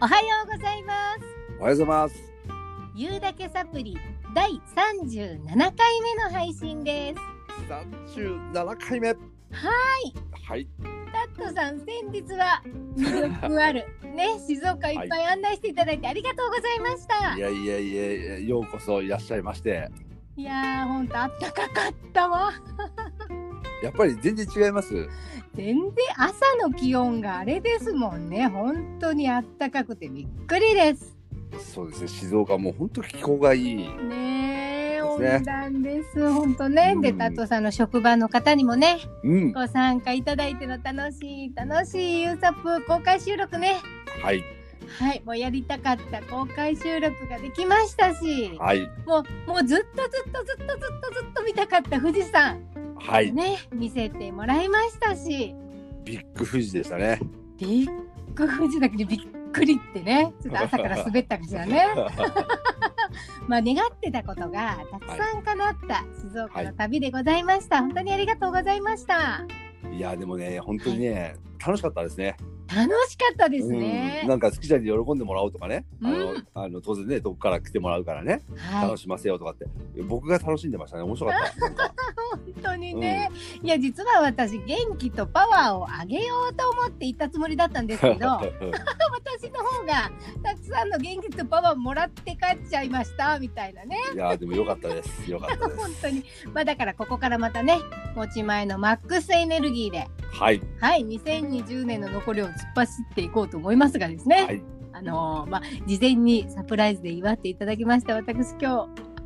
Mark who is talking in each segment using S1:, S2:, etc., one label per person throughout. S1: おはようございます。
S2: おはようございます。
S1: ゆうだけサプリ第37回目の配信です。。
S2: 三十七回目。はいはい。
S1: タットさん、先日は魅力ある ね、静岡いっぱい案内していただいてありがとうございました。
S2: い
S1: い、
S2: やいやいやいや、ようこそいらっしゃいまして。
S1: やー、ほんとあったかかったわ。
S2: やっぱり全然違います。
S1: 全然朝の気温があれですもんね。本当にあったかくてびっくりです。
S2: そうですね。静岡も本当気候がいい。
S1: ねえ、
S2: そ
S1: 温
S2: うですね
S1: 暖です。本当ね。で、
S2: うん
S1: タットさんの職場の方にもね、
S2: うん。
S1: ご参加いただいての楽しい楽しいユーサップ公開収録ね
S2: はい。
S1: はいもうやりたかった公開収録ができましたし
S2: はい。
S1: もうもうずっとずっとずっとずっとずっと見たかった富士山
S2: はい。
S1: ね見せてもらいましたし
S2: ビッグ富士でしたね。
S1: ビッグ富士だけでびっくりってねちょっと朝から滑ったかしら ねまあ願ってたことがたくさん叶った静岡の旅でございました、本当にありがとうございました
S2: いや、でもね、本当にね、楽しかったですね。
S1: 楽しかったですね、
S2: うん、なんか好きじゃんに喜んでもらおうとかね。あの、
S1: うん
S2: あの当然ね、どこから来てもらうからね、
S1: はい
S2: 楽しませようとかって。僕が楽しんでましたね。面白か った。なんか
S1: 本当にね、いや実は私元気とパワーを上げようと思って行ったつもりだったんですけど私の方がたくさんの元気とパワーもらって帰っちゃいましたみたいなね
S2: いや、でも良かったです。良かったで す。
S1: 本当にまあだからここからまたね持ち前のマックスエネルギーで
S2: はい。
S1: はい2020年の残りを突っ走っていこうと思いますがですね、
S2: はい
S1: あのーまあ事前にサプライズで祝っていただきました私今日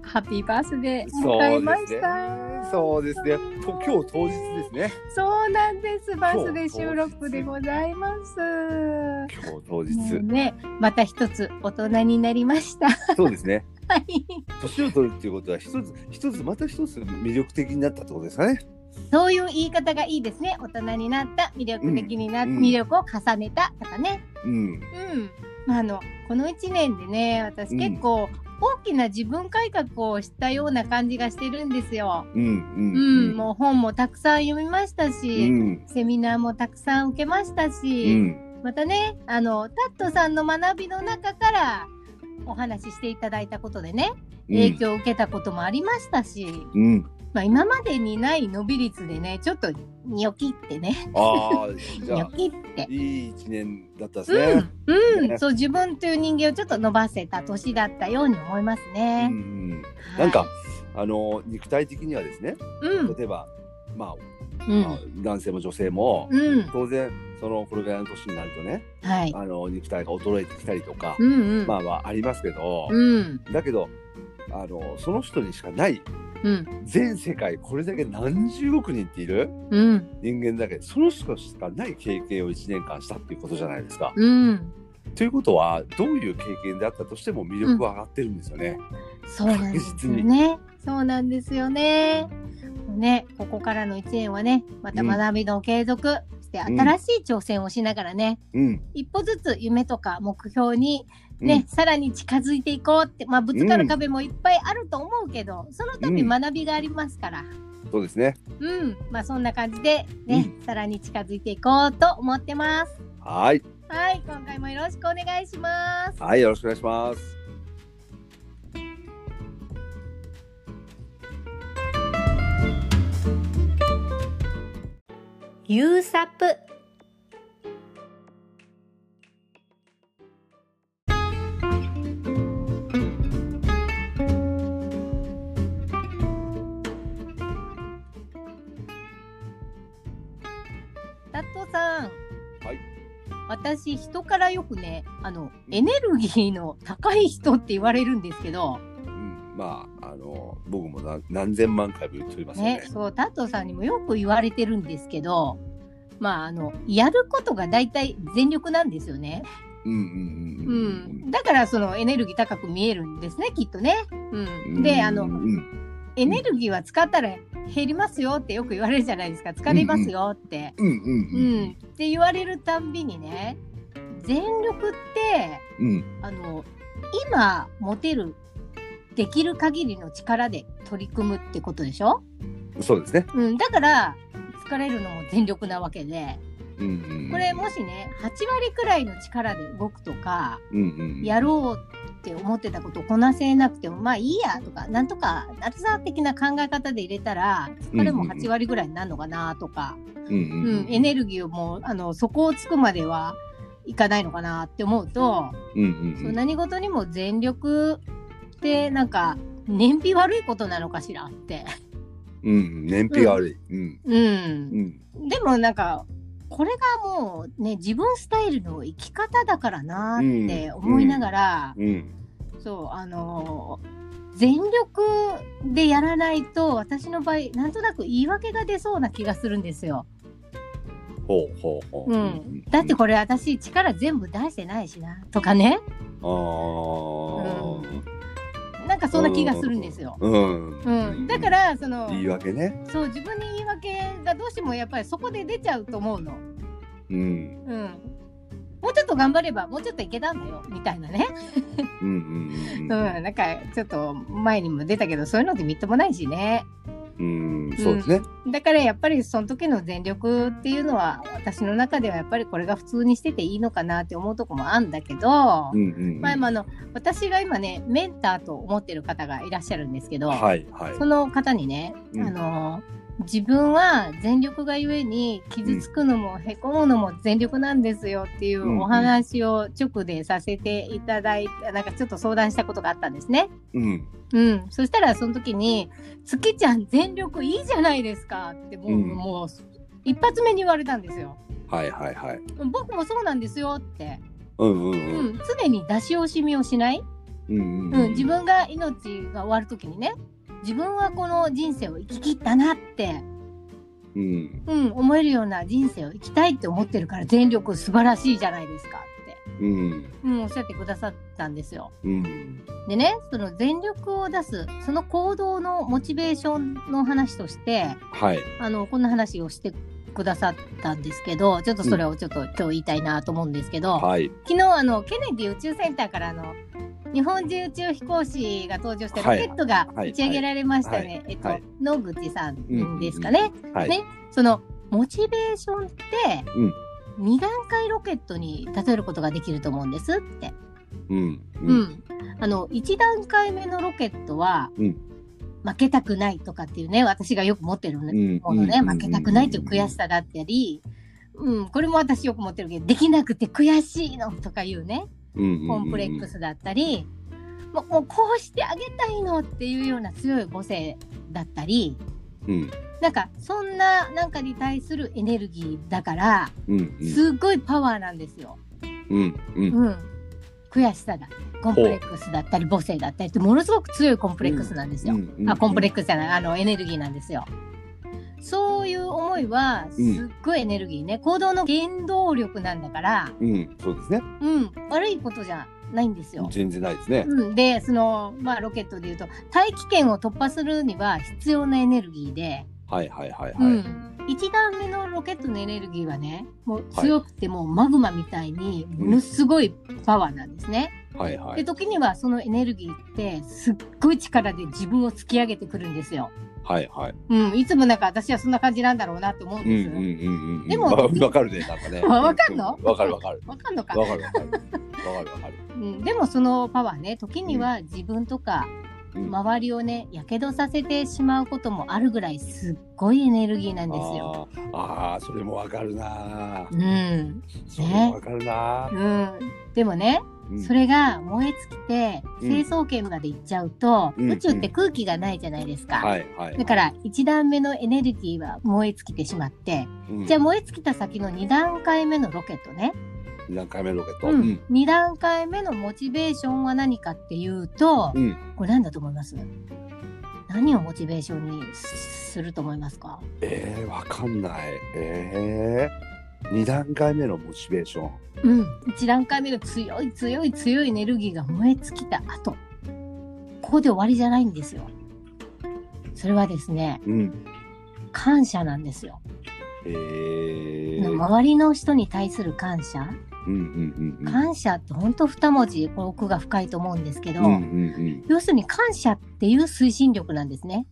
S1: ハッピーバースデー迎えました。
S2: そうですね。と今日当日ですね。
S1: そうなんです。バスで
S2: そう
S1: 収録でございます。
S2: 今日当
S1: もう
S2: 日。
S1: ね、また一つ大人になりました。
S2: そうですね。
S1: はい。
S2: 年を取るっていうことは一つ一つまた一つ魅力的になったってことですかね。
S1: そういう言い方がいいですね。大人になった、魅力的になった、
S2: うんうん
S1: 魅力を重ねたとかね。
S2: うん。
S1: うん。まあ、あの、この一年でね、私
S2: うん
S1: 結構大きな自分改革をしたような感じがしてるんですよ。
S2: うん
S1: う、
S2: うんん
S1: もう本もたくさん読みました
S2: う
S1: し、
S2: ん。
S1: セミナーもたくさん受けました
S2: う
S1: し、
S2: ん。
S1: またねあのタットさんの学びの中からお話ししていただいたことでね影響を受けたこともありましたし、
S2: うん。
S1: まあ、今までにない伸び率でねちょっとニョキってね
S2: ああ
S1: ニ
S2: じゃあ
S1: ョキって。
S2: いい一年だったです
S1: う
S2: ね。
S1: ん、うん、そう自分という人間をちょっと伸ばせた年だったように思います
S2: うんう
S1: ね。
S2: ん。
S1: はい
S2: なんか、あの肉体的にはですね。
S1: うん、
S2: 例えばま
S1: う
S2: あまあ
S1: ん、
S2: 男性も女性も
S1: うん、
S2: 当然そのこれぐらいの年になるとね
S1: はい、
S2: あの肉体が衰えてきたりとか
S1: うん、うん、
S2: まあまあありますけど。
S1: うん、
S2: だけどあのその人にしかない
S1: うん、
S2: 全世界これだけ何十億人っている
S1: うん、
S2: 人間だけどその人しかない経験を1年間したっていうことじゃないですか。
S1: うん、
S2: ということはどういう経験であったとしても魅力は上がってるんですよね。
S1: そうなんですよ
S2: 確実
S1: ね。そうなんですよね。ね、ここからの1年はね、また学びの継続、そして新しい挑戦をしながらね、
S2: うん、
S1: 一歩ずつ夢とか目標に
S2: うん
S1: ね、さらに近づいていこうって、まあ、ぶつかる壁もいっぱいあると思うけど、その度
S2: うん
S1: 学びがありますから、
S2: そうですね。
S1: うん、まあそんな感じでね、さらに近づいていこうと思ってます。
S2: はい、
S1: はい、今回もよろしくお願いします。
S2: はい、よろしくお願いします。
S1: ユーサップタットさん、
S2: はい、
S1: 私人からよくねあのエネルギーの高い人って言われるんですけど、
S2: うん、まああの僕もな何千万回も言っておりますよね
S1: ね、。そうタットさんにもよく言われてるんですけどまああのやることが大体全力なんですよね。
S2: うんうんうん
S1: う
S2: うん
S1: ん、だからそのエネルギー高く見えるんですねきっとね。
S2: う
S1: うんん、であ
S2: う
S1: の
S2: ん
S1: エネルギーは使ったら減りますよってよく言われるじゃないですか疲れますよって。
S2: うんうん
S1: うんって言われるたんびにね全力って
S2: うんうん
S1: あの今持てるできる限りの力で取り組むってことでしょ、
S2: そうですね。
S1: うん、だから疲れるのも全力なわけで。
S2: うんうん
S1: これもしね8割くらいの力で動くとか
S2: うんうん
S1: やろうって思ってたことをこなせなくてもまあいいやとかなんとかなるさ的な考え方で入れたらそれも
S2: うんうんうん
S1: 8割ぐらいになるのかなとか、
S2: うんうん
S1: うんエネルギーをもうあの底をつくまではいかないのかなって思うと、
S2: うんうん
S1: そう何事にも全力ってなんか燃費悪いことなのかしらって。
S2: うんうん燃費が悪いうん
S1: うん
S2: うん
S1: でもなんかこれがもうね自分スタイルの生き方だからなって思いながら、
S2: うん
S1: そうあのー全力でやらないと私の場合なんとなく言い訳が出そうな気がするんですよ。
S2: ほうほうほう
S1: うんだってこれ私力全部出してないしなとかね
S2: ああ
S1: なんかそんな気がするんですよ。
S2: うん
S1: うん、だからその
S2: 言い訳ね
S1: そう自分に言い訳がどうしてもやっぱりそこで出ちゃうと思うの。
S2: うん
S1: うん、もうちょっと頑張ればもうちょっといけたんだよみたいなね。
S2: うんうん
S1: うん、なんかちょっと前にも出たけどそういうのってみっともないしね
S2: うんうんそうですね
S1: だからやっぱりその時の全力っていうのは私の中ではやっぱりこれが普通にしてていいのかなって思うとこもあんだけど、
S2: うんうん
S1: まあまああの私が今ねメンターと思ってる方がいらっしゃるんですけど、
S2: はいはい
S1: その方にね、
S2: うん
S1: あの自分は全力がゆえに傷つくのもへこむのも全力なんですよっていうお話を直でさせていただいた、なんかちょっと相談したことがあったんですね。
S2: うん
S1: うん、そしたらその時に「月ちゃん全力いいじゃないですか」ってもう,、
S2: うん
S1: もう一発目に言われたんですよ。
S2: はいはいはい
S1: 僕もそうなんですよって、
S2: うんうん
S1: う
S2: うん
S1: ん、常に出し惜しみをしない、
S2: うん
S1: うん、自分が命が終わる時にね自分はこの人生を生き切ったなって、
S2: うん
S1: うん、思えるような人生を生きたいって思ってるから全力素晴らしいじゃないですかって、
S2: うん
S1: うん、おっしゃってくださったんですよ。
S2: うん
S1: でねその全力を出すその行動のモチベーションの話として
S2: はい
S1: あのこんな話をしてくださったんですけどちょっとそれをちょっと今日言いたいなと思うんですけど、
S2: はい
S1: 昨日あのケネディ宇宙センターからあの日本人宇宙飛行士が登場してロ
S2: はい
S1: ケットが
S2: はい
S1: 打ち上げられましたね、えっと、
S2: はい
S1: 野口さんですか
S2: う
S1: ね。
S2: はい
S1: ねそのモチベーションって
S2: うん
S1: 2段階ロケットに例えることができると思うんですって。
S2: うんう
S1: うんん、あの1段階目のロケットは、
S2: うん
S1: 負けたくないとかっていうね私がよく持ってる
S2: ん
S1: ものね、
S2: うん
S1: 負けたくないという悔しさだったり、うん、これも私よく持ってるけどできなくて悔しいのとかいうねコ
S2: コ
S1: ンプレックスだったり、もうもうこうしてあげたいのっていうような強い母性だったり
S2: うん
S1: なんかそんななんかに対するエネルギーだから
S2: うん
S1: すっごいパワーなんですよ。
S2: うんうん
S1: うん、悔しさだコンプレックスだったり母性だったりってものすごく強いコンプレックスなんですよ。
S2: うん
S1: あコンプレックスじゃないあのエネルギーなんですよ。そういう思いはすっごいエネルギーね、行動の原動力なんだから、
S2: うんそうですね
S1: うん、悪いことじゃないんですよ。
S2: 全然ないですね
S1: うん、でその、まあ、ロケットでいうと大気圏を突破するには必要なエネルギーで、
S2: はいはいはいうはい
S1: ん、1段目のロケットのエネルギーはねもう強くてもうマグマみたいにものすごいパワーなんですね。
S2: はいは
S1: で
S2: い
S1: 時にはそのエネルギーってすっごい力で自分を突き上げてくるんですよ。
S2: はいはい
S1: うん、いつもなんか私はそんな感じなんだろうなと思うん
S2: うんう
S1: です
S2: ん
S1: よ。
S2: うんうん
S1: でも
S2: わわかるねなんかね
S1: わわかんの
S2: うんわかるわかる
S1: わかんのか、
S2: わかるわかるわかるわかる
S1: うん、でもそのパワーね時には自分とか
S2: うん
S1: 周りをねやけどさせてしまうこともあるぐらいすっごいエネルギーなんですよ。
S2: あーあーそれもわかるな
S1: うん
S2: それもわかるな
S1: うん、でもね、
S2: うん
S1: それが燃え尽きて
S2: うん
S1: 成層圏まで行っちゃうと、
S2: うん
S1: 宇宙って空気がないじゃないですか。
S2: はいはい
S1: だから1段目のエネルギーは燃え尽きてしまって
S2: うん
S1: じゃあ燃え尽きた先の2段階目のロケットね、
S2: 二段階目ロケット
S1: う2段階目のモチベーションは何かっていうと、
S2: うん
S1: これ何だと思います何をモチベーションにすると思いますか
S2: えーわかんないえー二段階目のモチベーション
S1: うん1段階目の強い強い強いエネルギーが燃え尽きた後ここで終わりじゃないんですよそれはですね
S2: うん
S1: 感謝なんですよ、
S2: えー
S1: 周りの人に対する感謝、
S2: うんうんうんうん
S1: 感謝って本当二文字これ奥が深いと思うんですけど、
S2: うんうんうん
S1: 要するに感謝っていう推進力なんですね。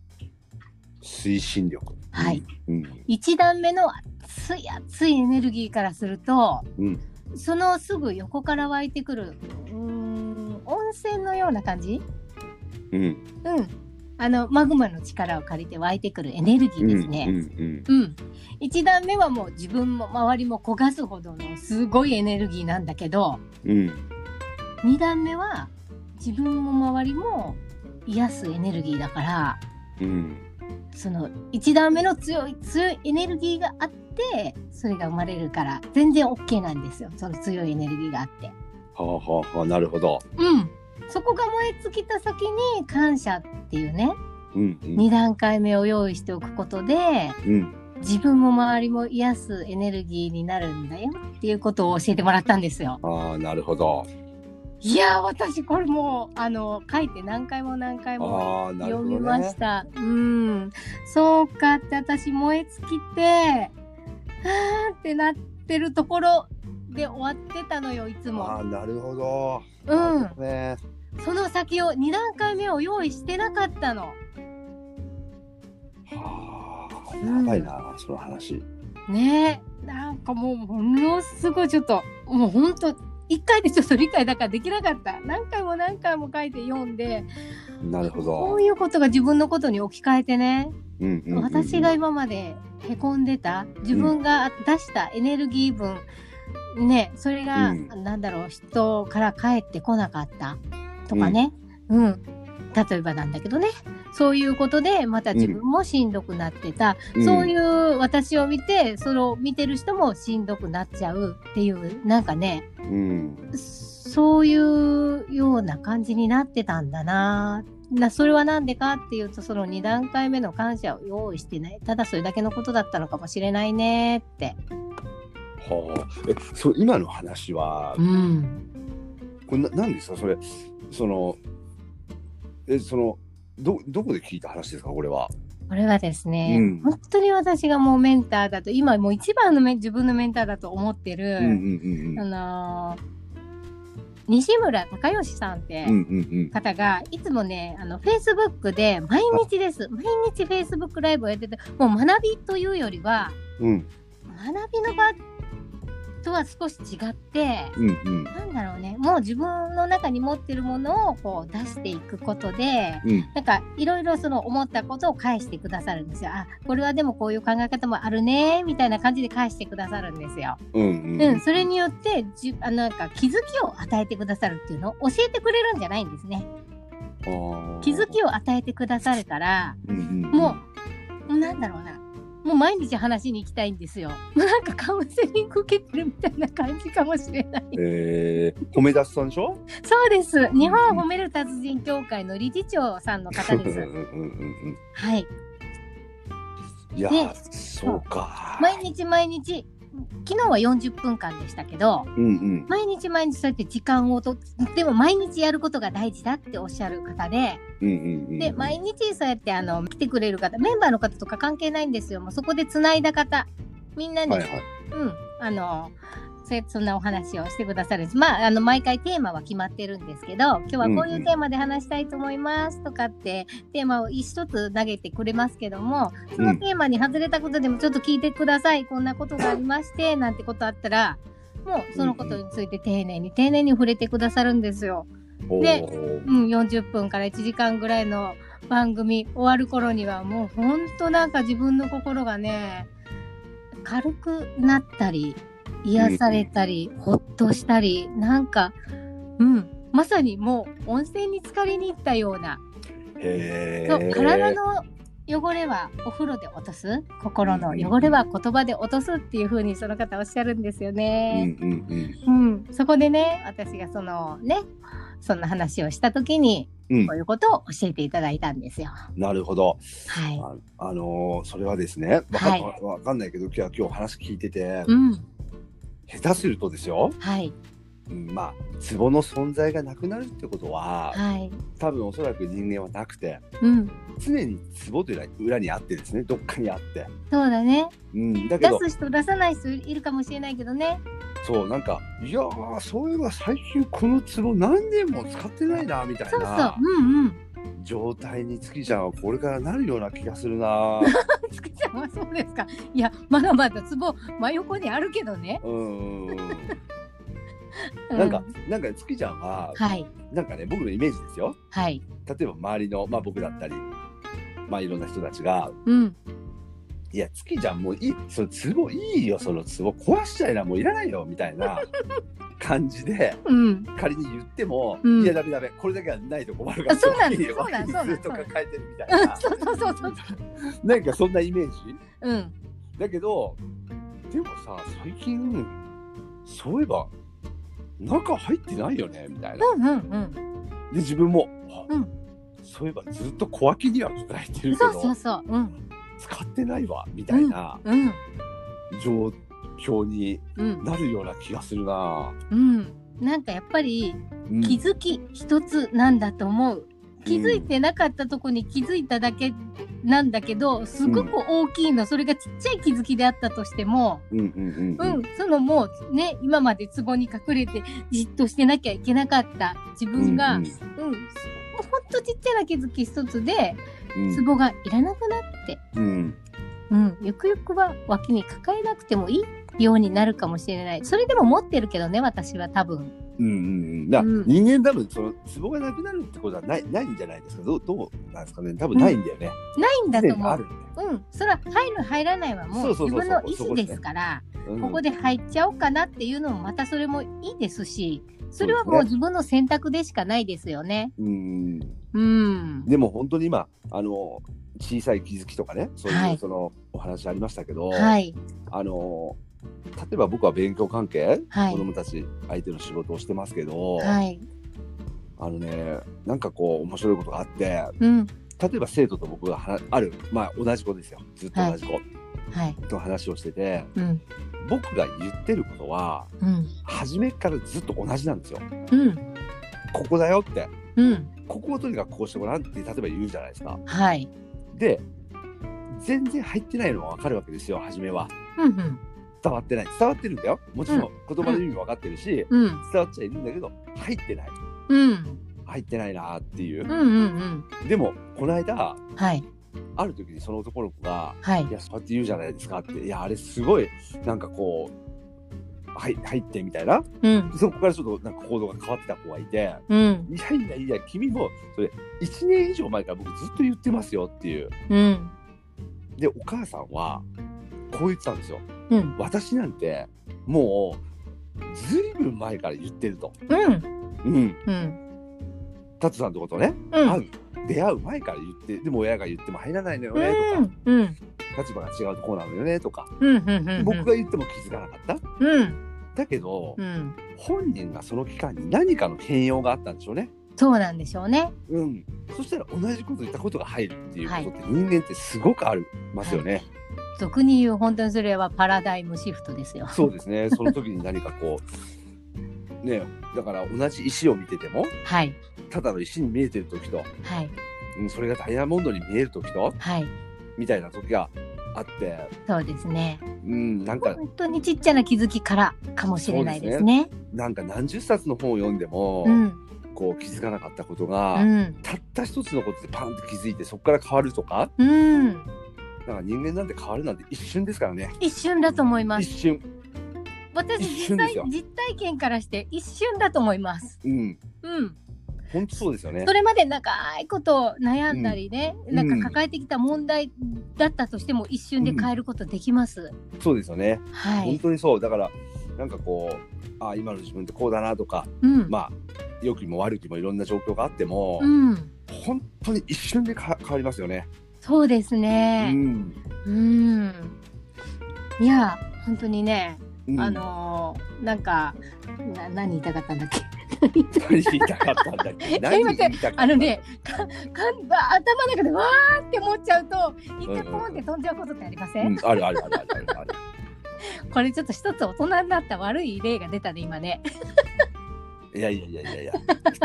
S2: 推進力。
S1: はい。
S2: うん。
S1: 1段目の熱い熱いエネルギーからすると、
S2: うん
S1: そのすぐ横から湧いてくるうーん温泉のような感じ、
S2: うん。
S1: うん、あのマグマの力を借りて湧いてくるエネルギ
S2: う
S1: ー
S2: ん。う
S1: で
S2: ん
S1: すね。。
S2: うん
S1: うん、1段目はもう自分も周りも焦がすほどのすごいエネルギーなんだけど
S2: うん。
S1: 2段目は自分も周りも癒すエネルギーだから
S2: うん。
S1: その1段目の強い強いエネルギーがあってそれが生まれるから全然 OK なんですよその強いエネルギーがあって。
S2: はあ、はあ、はあ、なるほど。
S1: うんそこが燃え尽きた先に感謝っていうね
S2: うん。うん
S1: 2段階目を用意しておくことで
S2: うん。
S1: 自分も周りも癒すエネルギーになるんだよっていうことを教えてもらったんですよ。
S2: ああ、なるほど。
S1: いやー私これもうあの書いて何回も何回も
S2: ああ、なる
S1: 読
S2: ほ
S1: み
S2: ど
S1: ま
S2: ね
S1: し。た。うんそうかって私燃え尽きてはあってなってるところで終わってたのよいつ
S2: あ
S1: も。
S2: あ、なるほど。
S1: うん
S2: なるほどね。
S1: その先を2段階目を用意してなかったの。
S2: はあ、
S1: うん
S2: やばいな、その話。
S1: ねえなんかもうものすごいちょっともうほんと1回でちょっと理解だからできなかった何回も何回も書いて読んで
S2: なるほ
S1: こ
S2: ど
S1: う。いうことが自分のことに置き換えてね、
S2: うんうんうんうん
S1: 私が。今までへこんでた自分が出したエネルギー分、ねそれが、
S2: うん。
S1: なんだろう人から返ってこなかったとかね、うん例えばなんだけどねそういうことでまた自分もしんどくなってた、そういうう私を見てそれを見てる人もしんどくなっちゃうっていうなんかね
S2: うん。
S1: そういうような感じになってたんだななそれは何でかっていうとその2段階目の感謝を用意してないただそれだけのことだったのかもしれないねって。
S2: はあ。え、そう、今の話は、
S1: ん、
S2: これな、なんですか、それ。その。え、その。ど、どこで聞いた話ですか、これは。
S1: これはですね、
S2: うん
S1: 本当に私がもうメンターだと今もう一番のメン自分のメンターだと思ってる、
S2: うんうん
S1: あのー西村孝義さんって。
S2: うん。うんうん
S1: 方がいつもねあのフェイスブックで毎日です毎日フェイスブックライブをやっててもう学びというよりは
S2: うん。うん
S1: 学びの場とは少し違って
S2: うんうん。
S1: なんだろうねもう自分の中に持ってるものをこう出していくことで
S2: うん。
S1: なんかいろいろその思ったことを返してくださるんですよ。あこれはでもこういう考え方もあるねみたいな感じで返してくださるんですよ。
S2: うん
S1: うん、それによってじゅあなんか気づきを与えてくださるっていうのを教えてくれるんじゃないんですね。
S2: ああ
S1: 気づきを与えてくださるから
S2: うんうんうん
S1: もうなんだろうなもう毎日話しに行きたいんですよなんかカウンセリング受けてるみたいな感じかもしれない
S2: えー、褒め出すさんでしょ
S1: そうです日本褒める達人協会の理事長さんの方で
S2: う ん
S1: す
S2: うんうん
S1: はい
S2: うんいや
S1: ね
S2: ーそうか
S1: 毎日毎日昨日は40分間でしたけど
S2: うんうん
S1: 毎日毎日そうやって時間をとってでも毎日やることが大事だっておっしゃる方で
S2: うんうんうん
S1: で毎日そうやってあの来てくれる方メンバーの方とか関係ないんですよもうそこでつないだ方みんなに、
S2: はいはい
S1: うん、あのそうそんなお話をしてくださるんですまああの毎回テーマは決まってるんですけど今日はこういうテーマで話したいと思いますとかって、テーマを一つ投げてくれますけどもそのテーマに外れたことでもちょっと聞いてください、こんなことがありましてなんてことあったらもうそのことについて丁寧に丁寧に触れてくださるんですよ。
S2: お
S1: で
S2: ー
S1: うん、40分から1時間ぐらいの番組終わる頃にはもうほんとなんか自分の心がね軽くなったり癒されたり、ほっとしたりなんか、うん、まさにもう温泉に浸かりに行ったような、
S2: へ
S1: そう
S2: ー
S1: 体の汚れはお風呂で落とす心の汚れは言葉で落とすっていう風にその方おっしゃるんですよ
S2: う
S1: ね。
S2: んうん
S1: うん、そこでね私がそのねそんな話をした時に、
S2: うん
S1: こういうことを教えていただいたんですよ。は
S2: うんなるほど
S1: い、
S2: ああのーそれはですねわか,、
S1: はい
S2: わかんないけど今日今日話聞いてて、
S1: うん、
S2: 下手するとですよ、
S1: はい、
S2: うんまあツボの存在がなくなるってことは、
S1: はい、
S2: 多分おそらく人間はなくて
S1: うん、
S2: 常にツボというのは裏にあってですねどっかにあって、
S1: そうだね。
S2: うん、だけ
S1: 出
S2: ど
S1: す人出さない人いるかもしれないけどね。
S2: そうなんかいやーそういえば最近この壺何年も使ってないなみたい
S1: そうそう
S2: な、
S1: うんうん、
S2: 状態に月ちゃんはこれからなるような気がするな。
S1: つくちゃんはそうですか。いや、まだまだツボ真横にあるけどね。
S2: うんうんうん。
S1: う
S2: なんか、なんか月ちゃんは、
S1: はい。
S2: なんかね、僕のイメージですよ。
S1: はい。
S2: 例えば周りの、まあ僕だったり、まあいろんな人たちが、
S1: うん。
S2: いや、月ちゃんもういい、そのツボいいよ、そのツボ壊しちゃいな、もういらないよ、みたいな感じで、
S1: うん。
S2: 仮に言っても、
S1: うん
S2: いや、ダメダメ、これだけはないと困るから、
S1: あそうなんだ
S2: いいよ
S1: そうなんだ
S2: いいよ
S1: そう
S2: と
S1: なん
S2: か
S1: だ
S2: 変えてるみたい な、
S1: そうそうそうそう。
S2: なんかそんなイメージ
S1: うん。
S2: だけど、でもさ、最近、そういえば、中入ってないよね、みたいな。
S1: うんうん
S2: で、自分も、あ
S1: うん
S2: そういえばずっと小脇には抱えて
S1: う
S2: る
S1: ん。
S2: け
S1: そう
S2: ど、
S1: そうそう。うん。
S2: 使ってないわ、みたいな
S1: うん。
S2: 状況に
S1: うん。
S2: なるような気がするな。
S1: うん。なんかやっぱり
S2: うん
S1: 気づき一つなんだと思う。気づいてなかったとこに気づいただけなんだけど、すごく大きいの、それがちっちゃい気づきであったとしても、
S2: うんうんう
S1: うんん、そのもうね、今まで壺に隠れてじっとしてなきゃいけなかった自
S2: うん。
S1: 分が、
S2: う
S1: うんん、もうほんとちっちゃな気づき一つで、
S2: うん
S1: 壺がいらなくなって、
S2: うん
S1: うん、ゆくゆくは脇に抱えなくてもいいようになるかもしれない。それでも持ってるけどね、私は多分。
S2: うんうんだから
S1: うん
S2: 人間多分そのツボがなくなるってことはないないんじゃないですかどうどうなんですかね多分ないんだよね。
S1: ないんだ
S2: 既
S1: と
S2: にあ
S1: 思う。
S2: るんだよ
S1: うん、それは入る入らないはもう自
S2: そうそうそうそう
S1: 分の意
S2: そ
S1: 思
S2: こです
S1: で
S2: ね
S1: すから、
S2: うん
S1: ここで入っちゃおうかなっていうのもまたそれもいいですし、それはもう自分の選択でしかないですよね。
S2: うん
S1: うん。
S2: でも本当に今あの小さい気づきとかねそう
S1: は
S2: いう
S1: い
S2: そのお話ありましたけど、
S1: はい。
S2: あの例えば僕は勉強関係、
S1: はい
S2: 子供たち相手の仕事をしてますけど、
S1: はい。
S2: あのねなんかこう面白いことがあって
S1: うん。
S2: 例えば生徒と僕がはなあるまあ同じ子ですよずっと同じ子
S1: はい。
S2: と話をしてて、
S1: うん。
S2: 僕が言ってることは
S1: うん。
S2: 初めからずっと同じなんですよ。
S1: うん。
S2: ここだよって
S1: うん。
S2: ここをとにかくこうしてごらんって例えば言うじゃないですか。
S1: はい。
S2: で全然入ってないのが分かるわけですよ初めは。
S1: うん。
S2: 伝わってない伝わってるんだよもちろん
S1: う
S2: 言葉の意味も分かってるし、
S1: うん。うん。
S2: 伝わっちゃいるんだけど入ってない
S1: うん。
S2: 入ってないなーっていう。
S1: うん。うん。
S2: でもこの間
S1: はい。
S2: ある時にその男の子が
S1: は
S2: 「い
S1: い。
S2: やそうやって言うじゃないですか」って「いやあれすごいなんかこうはい入って」みたいな
S1: うん。
S2: そこからちょっとなんか行動が変わってた子がいて。
S1: うん。
S2: いやいやいや、君もそれ1年以上前から僕ずっと言ってますよっていう。
S1: うん。
S2: で、お母さんはこう言ってたんですよ。
S1: うん。
S2: 私なんてもうずいぶん前から言ってると。
S1: うん。
S2: うん。
S1: うん。
S2: タツさんってことね、
S1: うん。
S2: 会う出会う前から言って、でも親が言っても入らないのよ
S1: う
S2: ねとか、
S1: ん。うん。
S2: 立場が違うとこうなのよねとか、
S1: うん。うん。
S2: 僕が言っても気づかなかった。
S1: うん。
S2: だけど、
S1: うん。
S2: 本人がその期間に何かの変容があったんでしょうね。
S1: そうなんでしょうね。
S2: うん、そしたら同じこと言ったことが入るっていうこ
S1: は
S2: とっ
S1: い
S2: て人間ってすごくありますよね。
S1: 俗に言う本当にそれはパラダイムシフトです よ。
S2: そうですね。その時に何かこう、ね、だから同じ石を見てても、
S1: はい。
S2: ただの石に見えてる時と、
S1: はい。
S2: うんそれがダイヤモンドに見える時と、
S1: はい。
S2: みたいな時があって、
S1: そうですね。
S2: うん、なんか、
S1: 本当にちっちゃな気づきからかもしれないですね。
S2: なんか何十冊の本を読んでも、
S1: うん。
S2: こう気づかなかったことが、
S1: うん。
S2: たった一つのことでパンって気づいてそこから変わるとか、
S1: うん。
S2: なんか人間なんて変わるなんて一瞬ですからね。
S1: 一瞬だと思いま
S2: 一
S1: す。
S2: 瞬。
S1: 私
S2: 一
S1: 実
S2: 瞬で
S1: 際
S2: すよ
S1: 実体験からして一瞬だと思います。
S2: うん。
S1: うん。
S2: 本当そうですよね
S1: そ。れまで長いことを悩んだりね、
S2: うん
S1: なんか抱えてきた問題だったとしても一瞬で変えることできます。
S2: そうですよね。
S1: は
S2: 本
S1: い。
S2: 当にそう。だから、なんかこう、あ今の自分ってこうだなとか、
S1: うん。
S2: まあ良きも悪きもいろんな状況があっても、
S1: うん。
S2: 本当に一瞬でか変わりますよね。
S1: そうです
S2: う
S1: ね。
S2: ん
S1: うん。いや、本当にね、
S2: うん
S1: あのーなんかな何言いたかったんだっけ。
S2: 何言いたかったんだっけ何言いたかったんだ
S1: あのね、かかんば頭の中でわーって思っちゃうと一回ポンって飛んじゃうことってありません？
S2: うん、あるあるあるあるある
S1: これちょっと一つ大人になった悪い例が出たね今ね
S2: いやいやいやいやいや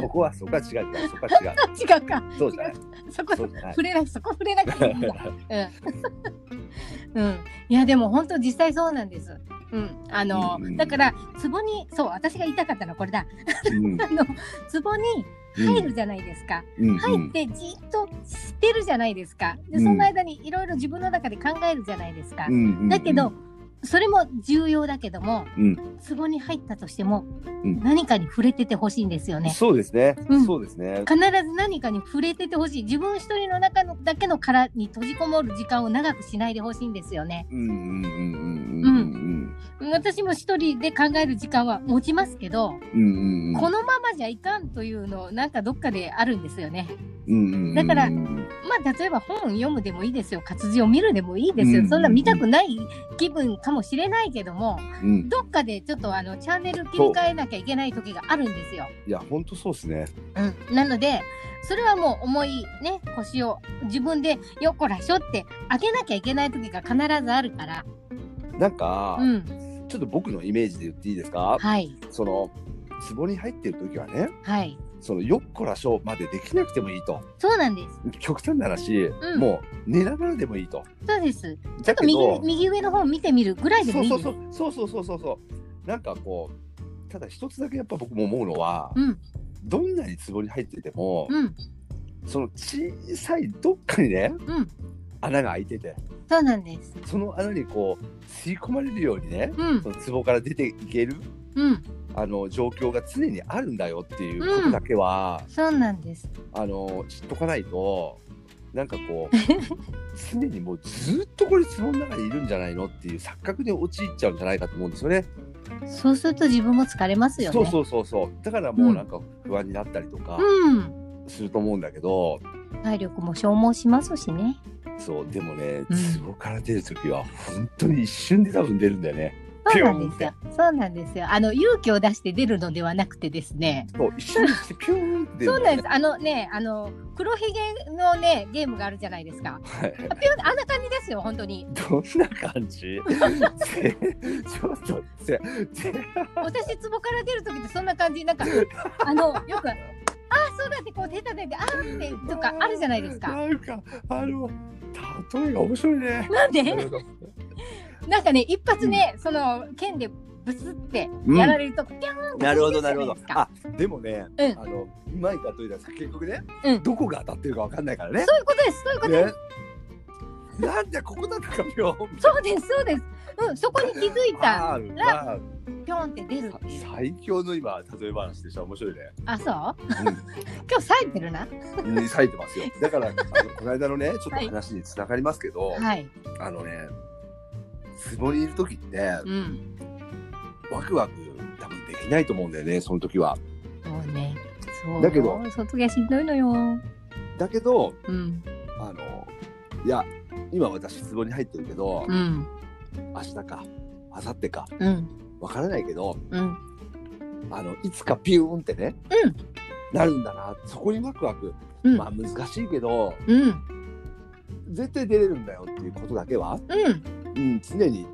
S2: そこはそこは違うそこは違う
S1: 違うか
S2: そうじゃない
S1: そこ
S2: そ
S1: 触
S2: うじゃない
S1: れなそこ触れなくていいん だうん、うん、いやでも本当実際そうなんですうんあの、
S2: うんうん
S1: だから壺にそう私が言いたかったのはこれだ
S2: うん
S1: あの壺に入るじゃないですか。
S2: うん
S1: 入ってじっとしてるじゃないですか。で
S2: うん
S1: その間にいろいろ自分の中で考えるじゃないですか
S2: う。んうん
S1: だけど、それも重要だけども、
S2: うん
S1: 壺に入ったとしても、
S2: ん
S1: 何かに触れててほしいんですよね。
S2: そうですね、
S1: うん
S2: そうですね
S1: 必ず何かに触れててほしい自分一人の中のだけの殻に閉じこもる時間を長くしないでほしいんですよね
S2: うんうんうんうんうん
S1: 私も一人で考える時間は持ちますけど、
S2: うんうんうんうん
S1: このままじゃいかんというのなんかどっかであるんですよね
S2: うんうんうん
S1: だから
S2: うん
S1: まあ例えば本読むでもいいですよ活字を見るでもいいです
S2: う
S1: よ
S2: ん
S1: そんな見たくない気分かもしれないけども
S2: うん
S1: どっかでちょっとあのチャンネル切り替えなきゃいけない時があるんですよ
S2: いや本当そうですね
S1: うん、なのでそれはもう重いね腰を自分でよっこらしょって上げなきゃいけない時が必ずあるから、
S2: なんか、
S1: うん、
S2: ちょっと僕のイメージで言っていいですか
S1: はい
S2: その壺に入ってる時はね
S1: はい
S2: そのよっこらしょまでできなくてもいいと
S1: そうなんです
S2: 極端な話、
S1: うん
S2: もう寝ながらでもいいと
S1: そうですちょ
S2: だ
S1: っと
S2: け
S1: 右
S2: ど
S1: 右上の方見てみるぐらいで
S2: そ
S1: も
S2: う
S1: いい
S2: そ
S1: で
S2: う
S1: す
S2: そうそうそうそうそうそうなんかこうただ一つだけやっぱ僕も思うのは、
S1: うん
S2: どんなに壺に入ってても、
S1: うん
S2: その小さいどっかにね
S1: うん
S2: 穴が開いてて
S1: そうなんです
S2: その穴にこう吸い込まれるようにね
S1: うん
S2: その壺から出ていける
S1: うん
S2: あの状況が常にあるんだよっていうことだけは、
S1: そうなんです
S2: あの知っとかないとなんかこう常にもう ずっとこれ壺の中にいるんじゃないのっていう錯覚に陥っちゃうんじゃないかと思うんですよね。
S1: そうすると自分も疲れますよね
S2: そうそうそうそうだからもうなんか不安になったりとか
S1: うん
S2: すると思うんだけど、
S1: 体力も消耗しますしね
S2: そうでも
S1: う
S2: ね
S1: ん
S2: 壺から出る時は本当に一瞬で多分出るんだよね。
S1: そうなんです
S2: ピュー
S1: よそうなんですよあの勇気を出して出るのではなくてですね
S2: そう一瞬にしてピューンって出
S1: そ
S2: る
S1: うんなん
S2: だ
S1: で
S2: よ
S1: す。
S2: ね。
S1: あのね、あの黒ひげのね、ゲームがあるじゃないですか。
S2: は
S1: あ
S2: い
S1: ピュンあんな感じですよ、本当に。
S2: どんな感じせちょっとせせ
S1: 私、壺から出る時って、そんな感じ、なんか、あの、よく。あーそうだって、こう手叩いて、あーって、とか、あるじゃないですか。
S2: なんかあの例えが面白いね。
S1: なんで、
S2: なんか
S1: なんかね、一発ね、その剣で。ブスって
S2: うん
S1: やられると、ピャーンって
S2: なるほどなるほど
S1: 飛んでいくじゃ。ない
S2: あでもね、
S1: うん
S2: あのうまいかといたら結局ね、
S1: うん
S2: どこが当たってるかわかんないからね
S1: ですか。そういうことです、そういうことです。
S2: ねなんでここだったかぴょん。
S1: そうです、そうです。うん、そこに気づいた、
S2: あーまあ
S1: ピョンって出るっていう。
S2: 最強の今例え話でした面白いね。
S1: あ、そう。 今日冴えてるな。
S2: うん、咲いてますよ。だからあのこの間のねちょっと話につながりますけど、
S1: はい。
S2: あのね壺にいる時って
S1: うん。
S2: ワクワク多分できないと思うんだよねその時は。
S1: そうね。そう。
S2: だけど。
S1: 卒業しんどいのよ。
S2: だけど
S1: うん
S2: あのいや今私壺に入ってるけど、
S1: うん
S2: 明日か明後日か
S1: うん
S2: わからないけど
S1: うん
S2: あのいつかピューンってね、
S1: うん
S2: なるんだなそこにワクワク、
S1: うん
S2: まあ難しいけど
S1: うん
S2: 絶対出れるんだよっていうことだけは、
S1: うん
S2: うん、常に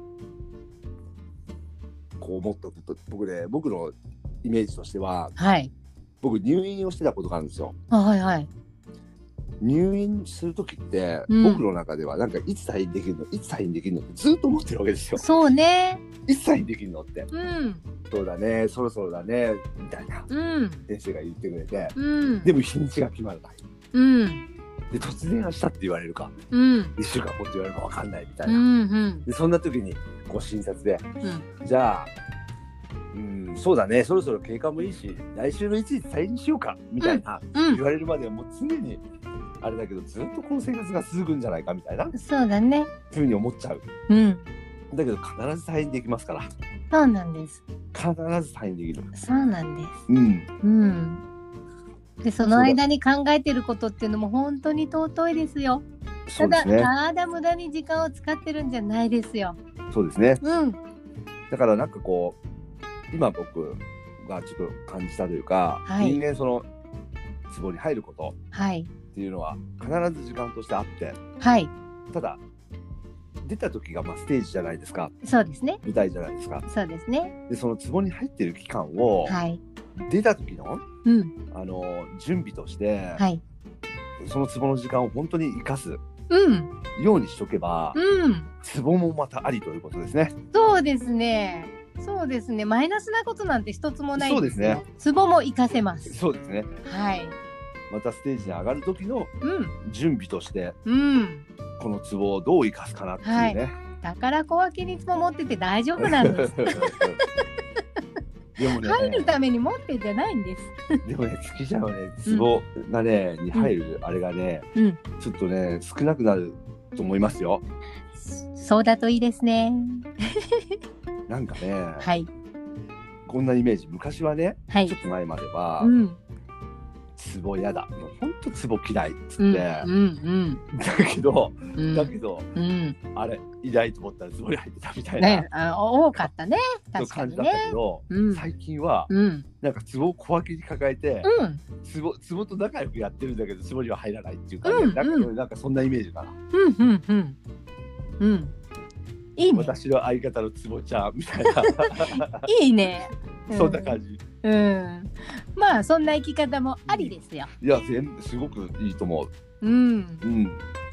S2: こう思っとくと僕ね僕のイメージとしては
S1: はい
S2: 僕入院をしてたことがあるんですよ。
S1: あはいはい
S2: 入院する時って、
S1: うん
S2: 僕の中ではなんかいつ退院できるのいつ退院できるのってずっと思ってるわけですよ。
S1: そうね
S2: いつ退院できるのって
S1: うん
S2: そうだねそろそろだねみたいな
S1: うん
S2: 先生が言ってくれて
S1: うん
S2: でも日にちが決まらない。
S1: うん
S2: で突然明日って言われるか
S1: うん
S2: 1週間後って言われるか分かんないみたい
S1: うんう
S2: な、
S1: ん
S2: でそんな時にこう診察で
S1: うん
S2: じゃあうんそうだねそろそろ経過もいいし来週のいついつ退院しようかみたいな、
S1: う
S2: 言
S1: ん
S2: われるまではもう常にあれだけどずっとこの生活が続くんじゃないかみたいな
S1: そうだね
S2: ふうに思っちゃう
S1: うん
S2: だけど必ず退院できますから
S1: そうなんです
S2: 必ず退院できる
S1: そうなんです
S2: うん
S1: うんでその間に考えてることっていうのも本当に尊いですよ
S2: そ
S1: た
S2: うで
S1: だ
S2: すね
S1: ただ無駄に時間を使ってるんじゃないですよ
S2: そうですね
S1: うん
S2: だからなんかこう今僕がちょっと感じたというか、
S1: はい
S2: 人間その壺に入ること
S1: はい
S2: っていうのは必ず時間としてあって
S1: はい
S2: ただ出た時がまあステージじゃないですか
S1: そうですね
S2: 舞台じゃないですか
S1: そうですね
S2: でその壺に入ってる期間を
S1: はい
S2: 出た時の
S1: うん
S2: あの準備として、
S1: はい
S2: その壺の時間を本当に生かす
S1: うん
S2: ようにしとけば
S1: うん
S2: 壺もまたありということですね。
S1: そうですね。そうですね。マイナスなことなんて一つもない
S2: そうですね。
S1: ツボも活かせます。
S2: そうですね。
S1: はい。
S2: またステージに上がる時の
S1: うん。
S2: 準備として
S1: うん。
S2: このツボをどう生かすかなっていうね。
S1: 宝小分けにいつも持ってて大丈夫なん です。
S2: でもね、
S1: 入るために持ってんじゃないんです。
S2: でもね、月ちゃんはね、ツボがね、に入るあれがね、
S1: うん。
S2: ちょっとね、少なくなると思いますよ。
S1: そうだといいですね。
S2: なんかね、
S1: はい。
S2: こんなイメージ、昔はね、
S1: はい
S2: ちょっ。と前までは
S1: う、ん。
S2: ツボ嫌だ、もう本当ツボ嫌いっつって、
S1: うん。
S2: だ
S1: うん。
S2: けど、
S1: うん。
S2: だけど、
S1: うん。
S2: あれ、偉いと思ったらツボに入ってたみたいな、
S1: ね、あ多かったね。確か
S2: 感じ
S1: に
S2: だった
S1: ね。
S2: けど、
S1: うん。
S2: 最近は、
S1: うん。
S2: なんかツボを小分けに抱えて、
S1: うん。
S2: ツボツボと仲良くやってるんだけどツボには入らないっていうか、ね
S1: うん
S2: なんか
S1: うん
S2: なんかそんなイメージかな、
S1: うん。うん。うん。うん。いいね。
S2: 私の相方のツボちゃんみた いな、
S1: いいね。
S2: そんな感じ
S1: じ。うん。まあ、そんな生き方もありですよ。
S2: いや全すごくいいと思
S1: うん
S2: う、。うん、
S1: い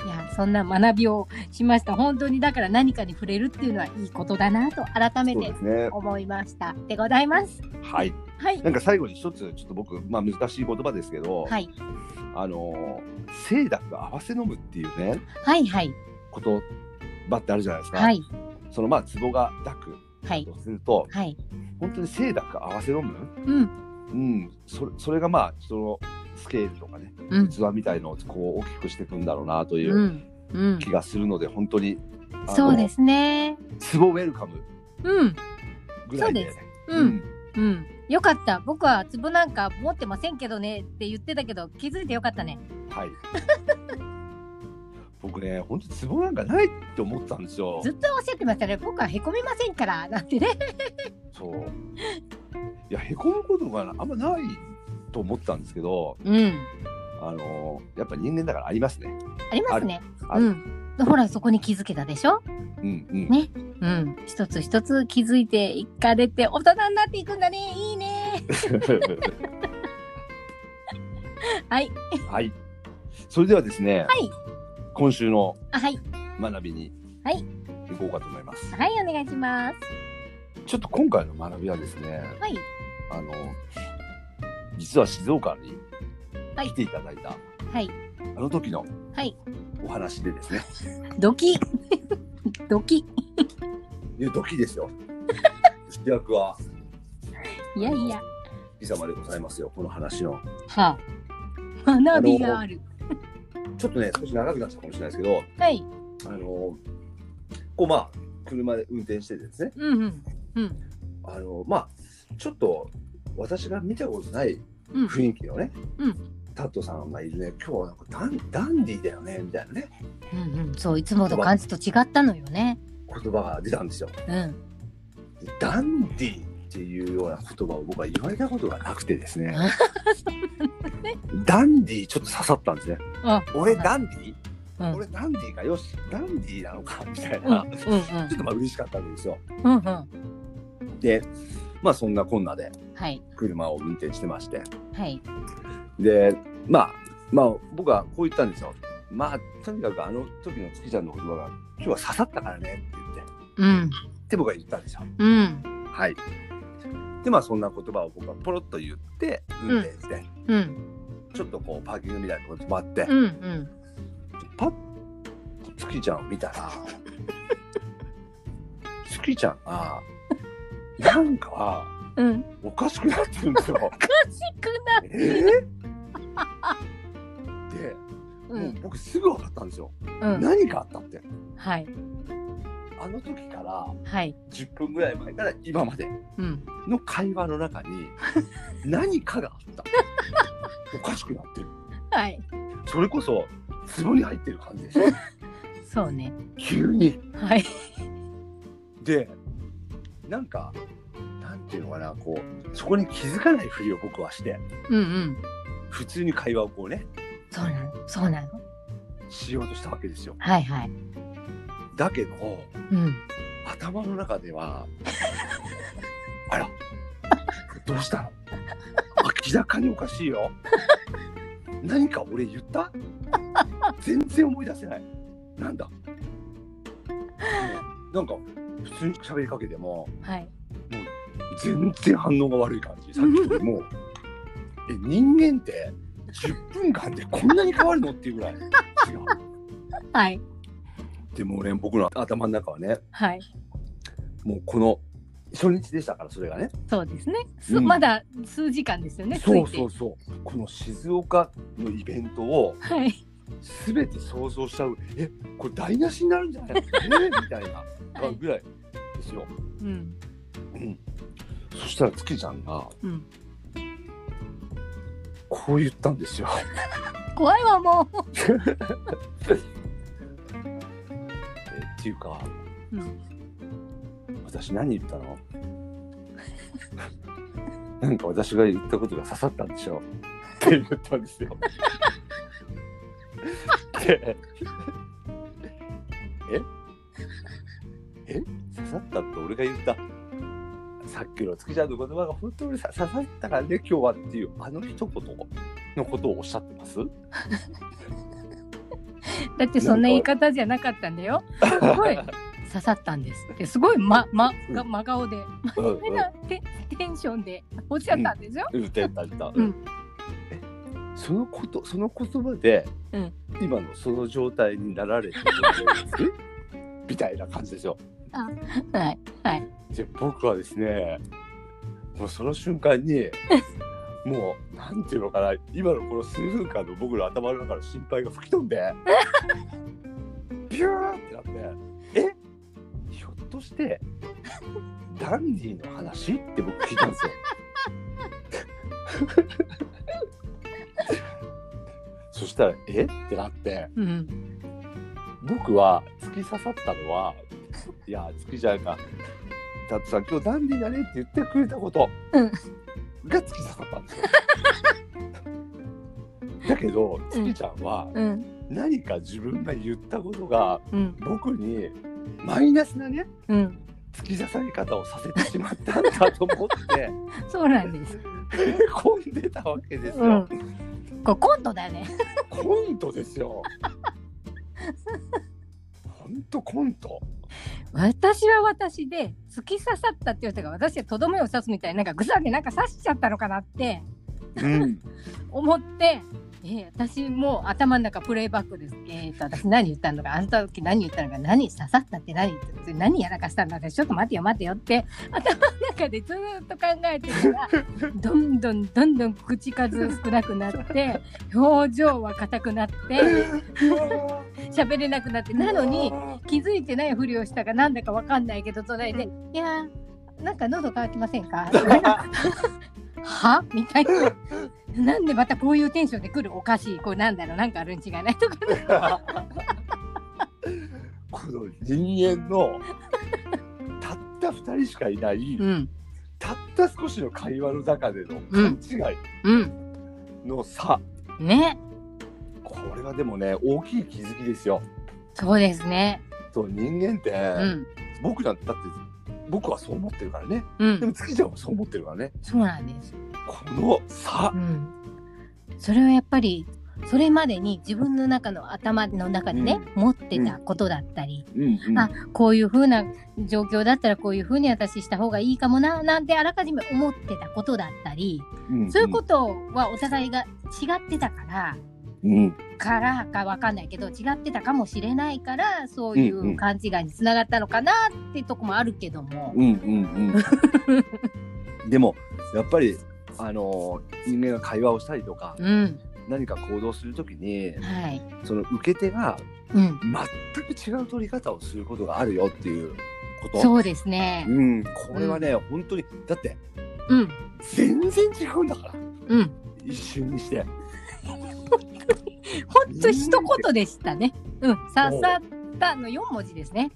S1: やそんな学びをしました本当にだから何かに触れるっていうのはいいことだなと改め
S2: そう
S1: て
S2: ですね
S1: 思いましたでございます
S2: はい
S1: はい
S2: なんか最後に一つちょっと僕、まあ、難しい言葉ですけど、
S1: はい
S2: あの清濁が合わせ飲むっていうね
S1: はいはい
S2: 言葉ってあるじゃないですか、
S1: はい
S2: そのまあツボが濁
S1: はい
S2: とすると
S1: はい
S2: 本当に清濁が合わせ飲む、
S1: うん
S2: うん、それそれがまあ人のスケールとかね
S1: うん
S2: 器みたいのをこう大きくしていくんだろうなといううん
S1: うん
S2: 気がするので、本当にあの
S1: そうですね
S2: ツボウェルカム
S1: うん
S2: ぐらいで
S1: そうでうんうんよかった僕は壺なんか持ってませんけどねって言ってたけど気づいてよかったね
S2: うんはい 僕ね本当ツボなんかないって思ってたんですよ
S1: ずっとおっしゃってましたね僕はへこみませんからなんてね
S2: そういやへこむことがあんまないと思ってたんですけど
S1: うん
S2: あのやっぱ人間だからありますね
S1: ありますね
S2: ある
S1: うんほらそこに気づけたでしょ
S2: うんうん、
S1: ねうん、一つ一つ気づいていかれて大人になっていくんだねいいね はい
S2: はいそれではですね、
S1: はい
S2: 今週の
S1: あはい
S2: 学びに
S1: はい
S2: 行こうかと思います、
S1: はいお願いします
S2: ちょっと今回の学びはですね、
S1: はい
S2: あの実は静岡に
S1: はい
S2: 来ていただいた
S1: はい
S2: あの時の
S1: はい
S2: お話でですね、
S1: ドキ ドキ
S2: いう時ですよ。主役はい
S1: やいや
S2: 貴様でございますよ、この話の。
S1: はあ 学びがある
S2: ちょっとね、少し長くなっちゃったかもしれないですけど、
S1: はい
S2: あのこうまあ、車で運転しててですね、
S1: うんうんうん
S2: あのまあ、ちょっと私が見たことない
S1: うん
S2: 雰囲気のね、
S1: うん
S2: タットさんがいるね、今日はなんかダンダンディーだよね、みたいなね、
S1: うんうんそういつもと感じと違ったのよね
S2: 言葉が出たんですよ。
S1: うん
S2: ダンディっていうような言葉を僕は言われたことがなくてですね。ダンディちょっと刺さったんですね。
S1: あ
S2: 俺ダンディ、
S1: うん
S2: 俺ダンディかよし、ダンディなのかみたい
S1: うんうん
S2: な、ちょっとまあ嬉しかったわけですよ。
S1: うんうん
S2: で、まあそんなこんなで
S1: はい
S2: 車を運転してまして。
S1: はい
S2: で、まあ、まあ僕はこう言ったんですよ。まあとにかくあの時の月ちゃんの言葉が今日は刺さったからねって言って、
S1: うん
S2: って僕は言ったんですよ。
S1: うん
S2: はい。でまあそんな言葉を僕はポロッと言って運転して。
S1: うん
S2: ちょっとこうパーキングみたいなところに止まって、
S1: うんうん
S2: パッと月ちゃんを見たら月ちゃんがなんか
S1: うん
S2: おかしくなってるんですよ。
S1: おかしくな
S2: えー、で、
S1: う
S2: もうん僕すぐ分かったんですよ。
S1: うん
S2: 何かあったって。
S1: はい
S2: あの時から
S1: はい
S2: 10分ぐらい前から今まで
S1: うん
S2: の会話の 中に何かがあった。おかしくなってる。
S1: はい
S2: それこそ壺に入ってる感じでし ょ。
S1: そうね
S2: 急に。
S1: はい
S2: でなんかなんていうのかなこうそこに気づかないふりを僕はして
S1: うんうん
S2: 普通に会話をこうね
S1: そうなのそうなの
S2: しようとしたわけですよ
S1: はいはい
S2: だけど
S1: うん
S2: 頭の中ではあらどうしたの明らかにおかしいよ何か俺言った全然思い出せないなんだもうなんか普通に喋りかけても
S1: はい
S2: もう全然反応が悪い感じさっきよりも え人間って10分間でこんなに変わるのっていうぐらい違う
S1: はい。
S2: でも俺僕の頭の中はね
S1: はい。
S2: もうこの初日でしたからそれがね
S1: そうですね。す
S2: うん
S1: まだ数時間ですよね。
S2: そう
S1: ついて
S2: そうそうこの静岡のイベントを
S1: はい。
S2: 全て想像した上えこれ台無しになるんじゃないのえみたいな
S1: はい
S2: ぐらいですよ。
S1: うん。
S2: うん、そしたら月ちゃんが
S1: うん。
S2: こう言ったんですよ。
S1: 怖いわ、も
S2: えっていうか
S1: う。うん。
S2: 私何言ったの なんか私が言ったことが刺さったんでしょって言ったんですよ。でええ刺さったって俺が言った。さっきの月ちゃんの言葉が本当に刺刺さったからね今日はっていうあの一言のことをおっしゃって ます
S1: だってそんな言い方じゃなかったんだよ。すご い。刺さったんですって、すごい、ま、ま、が真顔で、
S2: うんうん
S1: 変なテテンションでおっしゃったんでしょ、
S2: うん言った言った。
S1: うん
S2: えそのことその言葉で、
S1: うん
S2: 今のその状態になられてるえ みたいな感じですよ。
S1: はい。
S2: で僕はですねもうその瞬間にもうなんていうのかな今のこの数分間の僕の頭の中の心配が吹き飛んでビューってなってえひょっとしてダンディの話って僕聞いたんですよ。そしたらえってなって
S1: うん。
S2: 僕は突き刺さったのはいや月じゃんかだってさ今日ダンディだねって言ってくれたこと
S1: うん
S2: が突き刺さったんですよ。 だけど月ちゃんは
S1: うん。
S2: 何か自分が言ったことが
S1: うん。
S2: 僕にマイナスなね
S1: うん。
S2: 突き刺さり方をさせてしまったんだと思って
S1: そうなんです。
S2: へこんでたわけですよ。
S1: うん。これコントだよね。
S2: コントですよ。 ほんとコント。
S1: 私は私で突き刺さったって言う人が私はとどめを刺すみたいになんかぐさでなんか刺しちゃったのかなって
S2: うん
S1: 思って、えー私もう頭の中プレイバックです。えー、と私何言ったのかあんたの時何言ったのか何刺さったって何それ何やらかしたんだ私ちょっと待てよ待てよって頭の中でずーっと考えてたらどんどんどんどん口数少なくなって表情は硬くなって喋れなくなってなのに。気づいてないふりをしたかなんだかわかんないけど隣で「いやーなんか喉乾きませんか? 」はみたいな。なんでまたこういうテンションで来るおかしいこうなんだろうなんかあるん違いないとかね
S2: この人間のたった2人しかいない
S1: うん
S2: たった少しの会話の中での
S1: うん
S2: 勘違
S1: うん
S2: いの差、
S1: ね
S2: これはでもね大きい気づきですよ。
S1: そうですね
S2: そう人間って、
S1: うん
S2: 僕なんてだって僕はそう思ってるからね
S1: う
S2: で
S1: ん
S2: も月ちゃんもそう思ってるからね
S1: そうなんです
S2: この差
S1: うんそれはやっぱりそれまでに自分の中の頭の中でね、持ってたことだったり、
S2: うんうん
S1: あこういう風な状況だったらこういう風に私した方がいいかもななんてあらかじめ思ってたことだったり
S2: うん
S1: そういうことはお互いが違ってたから
S2: うん
S1: からかわかんないけど違ってたかもしれないからそうい
S2: んう
S1: うんう勘違いにつながったのかなってとこもあるけども
S2: う。んうん うんでもやっぱりあの人間が会話をしたりとか
S1: うん、
S2: 何か行動するときに
S1: はい、
S2: その受け手が
S1: うん、
S2: 全く違う取り方をすることがあるよっていうこと
S1: そうですね。
S2: うん、これはね、本当にだって
S1: うん、
S2: 全然違うんだから
S1: うん、
S2: 一瞬にして
S1: ほんと一言でしたね。うん、刺さったの四文字ですね。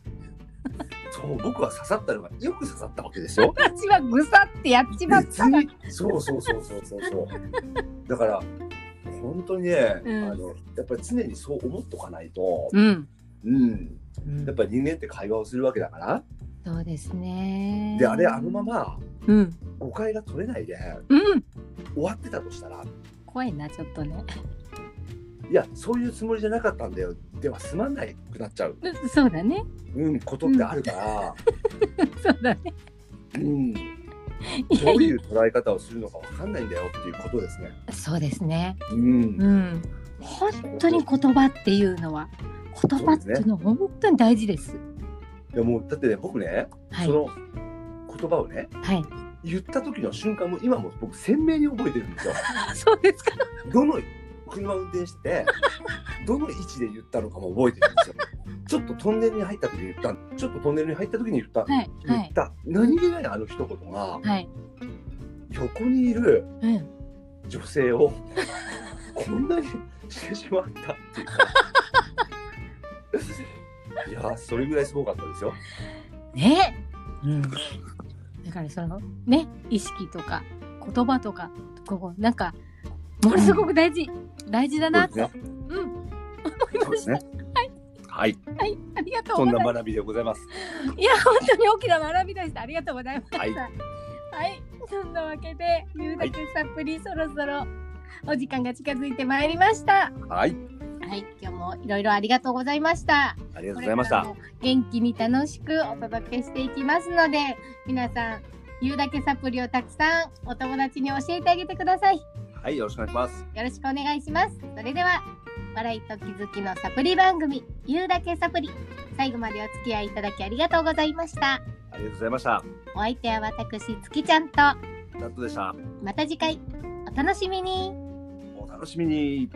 S2: そう僕は刺さったのがよく刺さったわけですよ
S1: 私はぐさってやっちまっただけ。
S2: そうそうそうそうそうそうだから本当にね、
S1: うん
S2: あのやっぱり常にそう思っとかないと、
S1: うん、
S2: うん、
S1: うん
S2: やっぱり人間って会話をするわけだから
S1: そうですね。
S2: であれあのま。ま
S1: うん。
S2: 誤解が取れないで
S1: うん。
S2: 終わってたとしたら
S1: 怖いな、ちょっとね。
S2: いやそういうつもりじゃなかったんだよではすまんないくなっちゃう、
S1: うそうだね。
S2: うん、ことってあるから、
S1: そうだね。
S2: うん
S1: い
S2: ど
S1: や
S2: う
S1: い
S2: いう捉え方をするのかわかんないんだよっていうことですね。
S1: やそうですね
S2: うん。
S1: うん本当に言葉っていうのは言葉っていうのは本当に大事です
S2: いやもうだってね僕ね、
S1: はい
S2: その言葉をね
S1: はい
S2: 言った時の瞬間も今も僕鮮明に覚えてるんですよ。
S1: そうですか
S2: どの車運転しててどの位置で言ったのかも覚えてるんですよ。ちょっとトンネルに入った時に言ったちょっとトンネルに入った時に言った、
S1: はいは
S2: 言っ
S1: い
S2: た何気ないあの一言が
S1: はい
S2: 横にいる
S1: うん
S2: 女性をこんなにしてしまったっていうかいやーそれぐらいすごかったですよ。
S1: ねうんだからそのね意識とか言葉とかここなんかものすごく大事大事だなと
S2: そうです
S1: うん思い
S2: そう
S1: ま
S2: で
S1: し
S2: す
S1: た
S2: ね。はい、
S1: はいありがとう
S2: そ
S1: ご
S2: ん
S1: ざい
S2: な
S1: ます
S2: 学びでございます。
S1: いや本当に大きな学びでしたありがとうございました
S2: は
S1: はいい、そんなわけでゆうだけサプリ、そろそろお時間が近づいてまいりました
S2: はい、
S1: はい、今日もいろいろありがとうございました。
S2: ありがと
S1: こ
S2: うご
S1: れ
S2: ざ
S1: か
S2: いまし
S1: ら
S2: た。
S1: も元気に楽しくお届けしていきますので、皆さん、言うだけサプリをたくさんお友達に教えてあげてください。よ
S2: はい、よろしくお願いします。
S1: ろしくお願いします。それでは、笑いと気づきのサプリ番組、言うだけサプリ。最後までお付き合いいただきありがとうございました。
S2: ありがとうございました。
S1: お相手は私、月ちゃんと、
S2: ナットでした。
S1: また次回、お楽しみに。
S2: お楽しみに。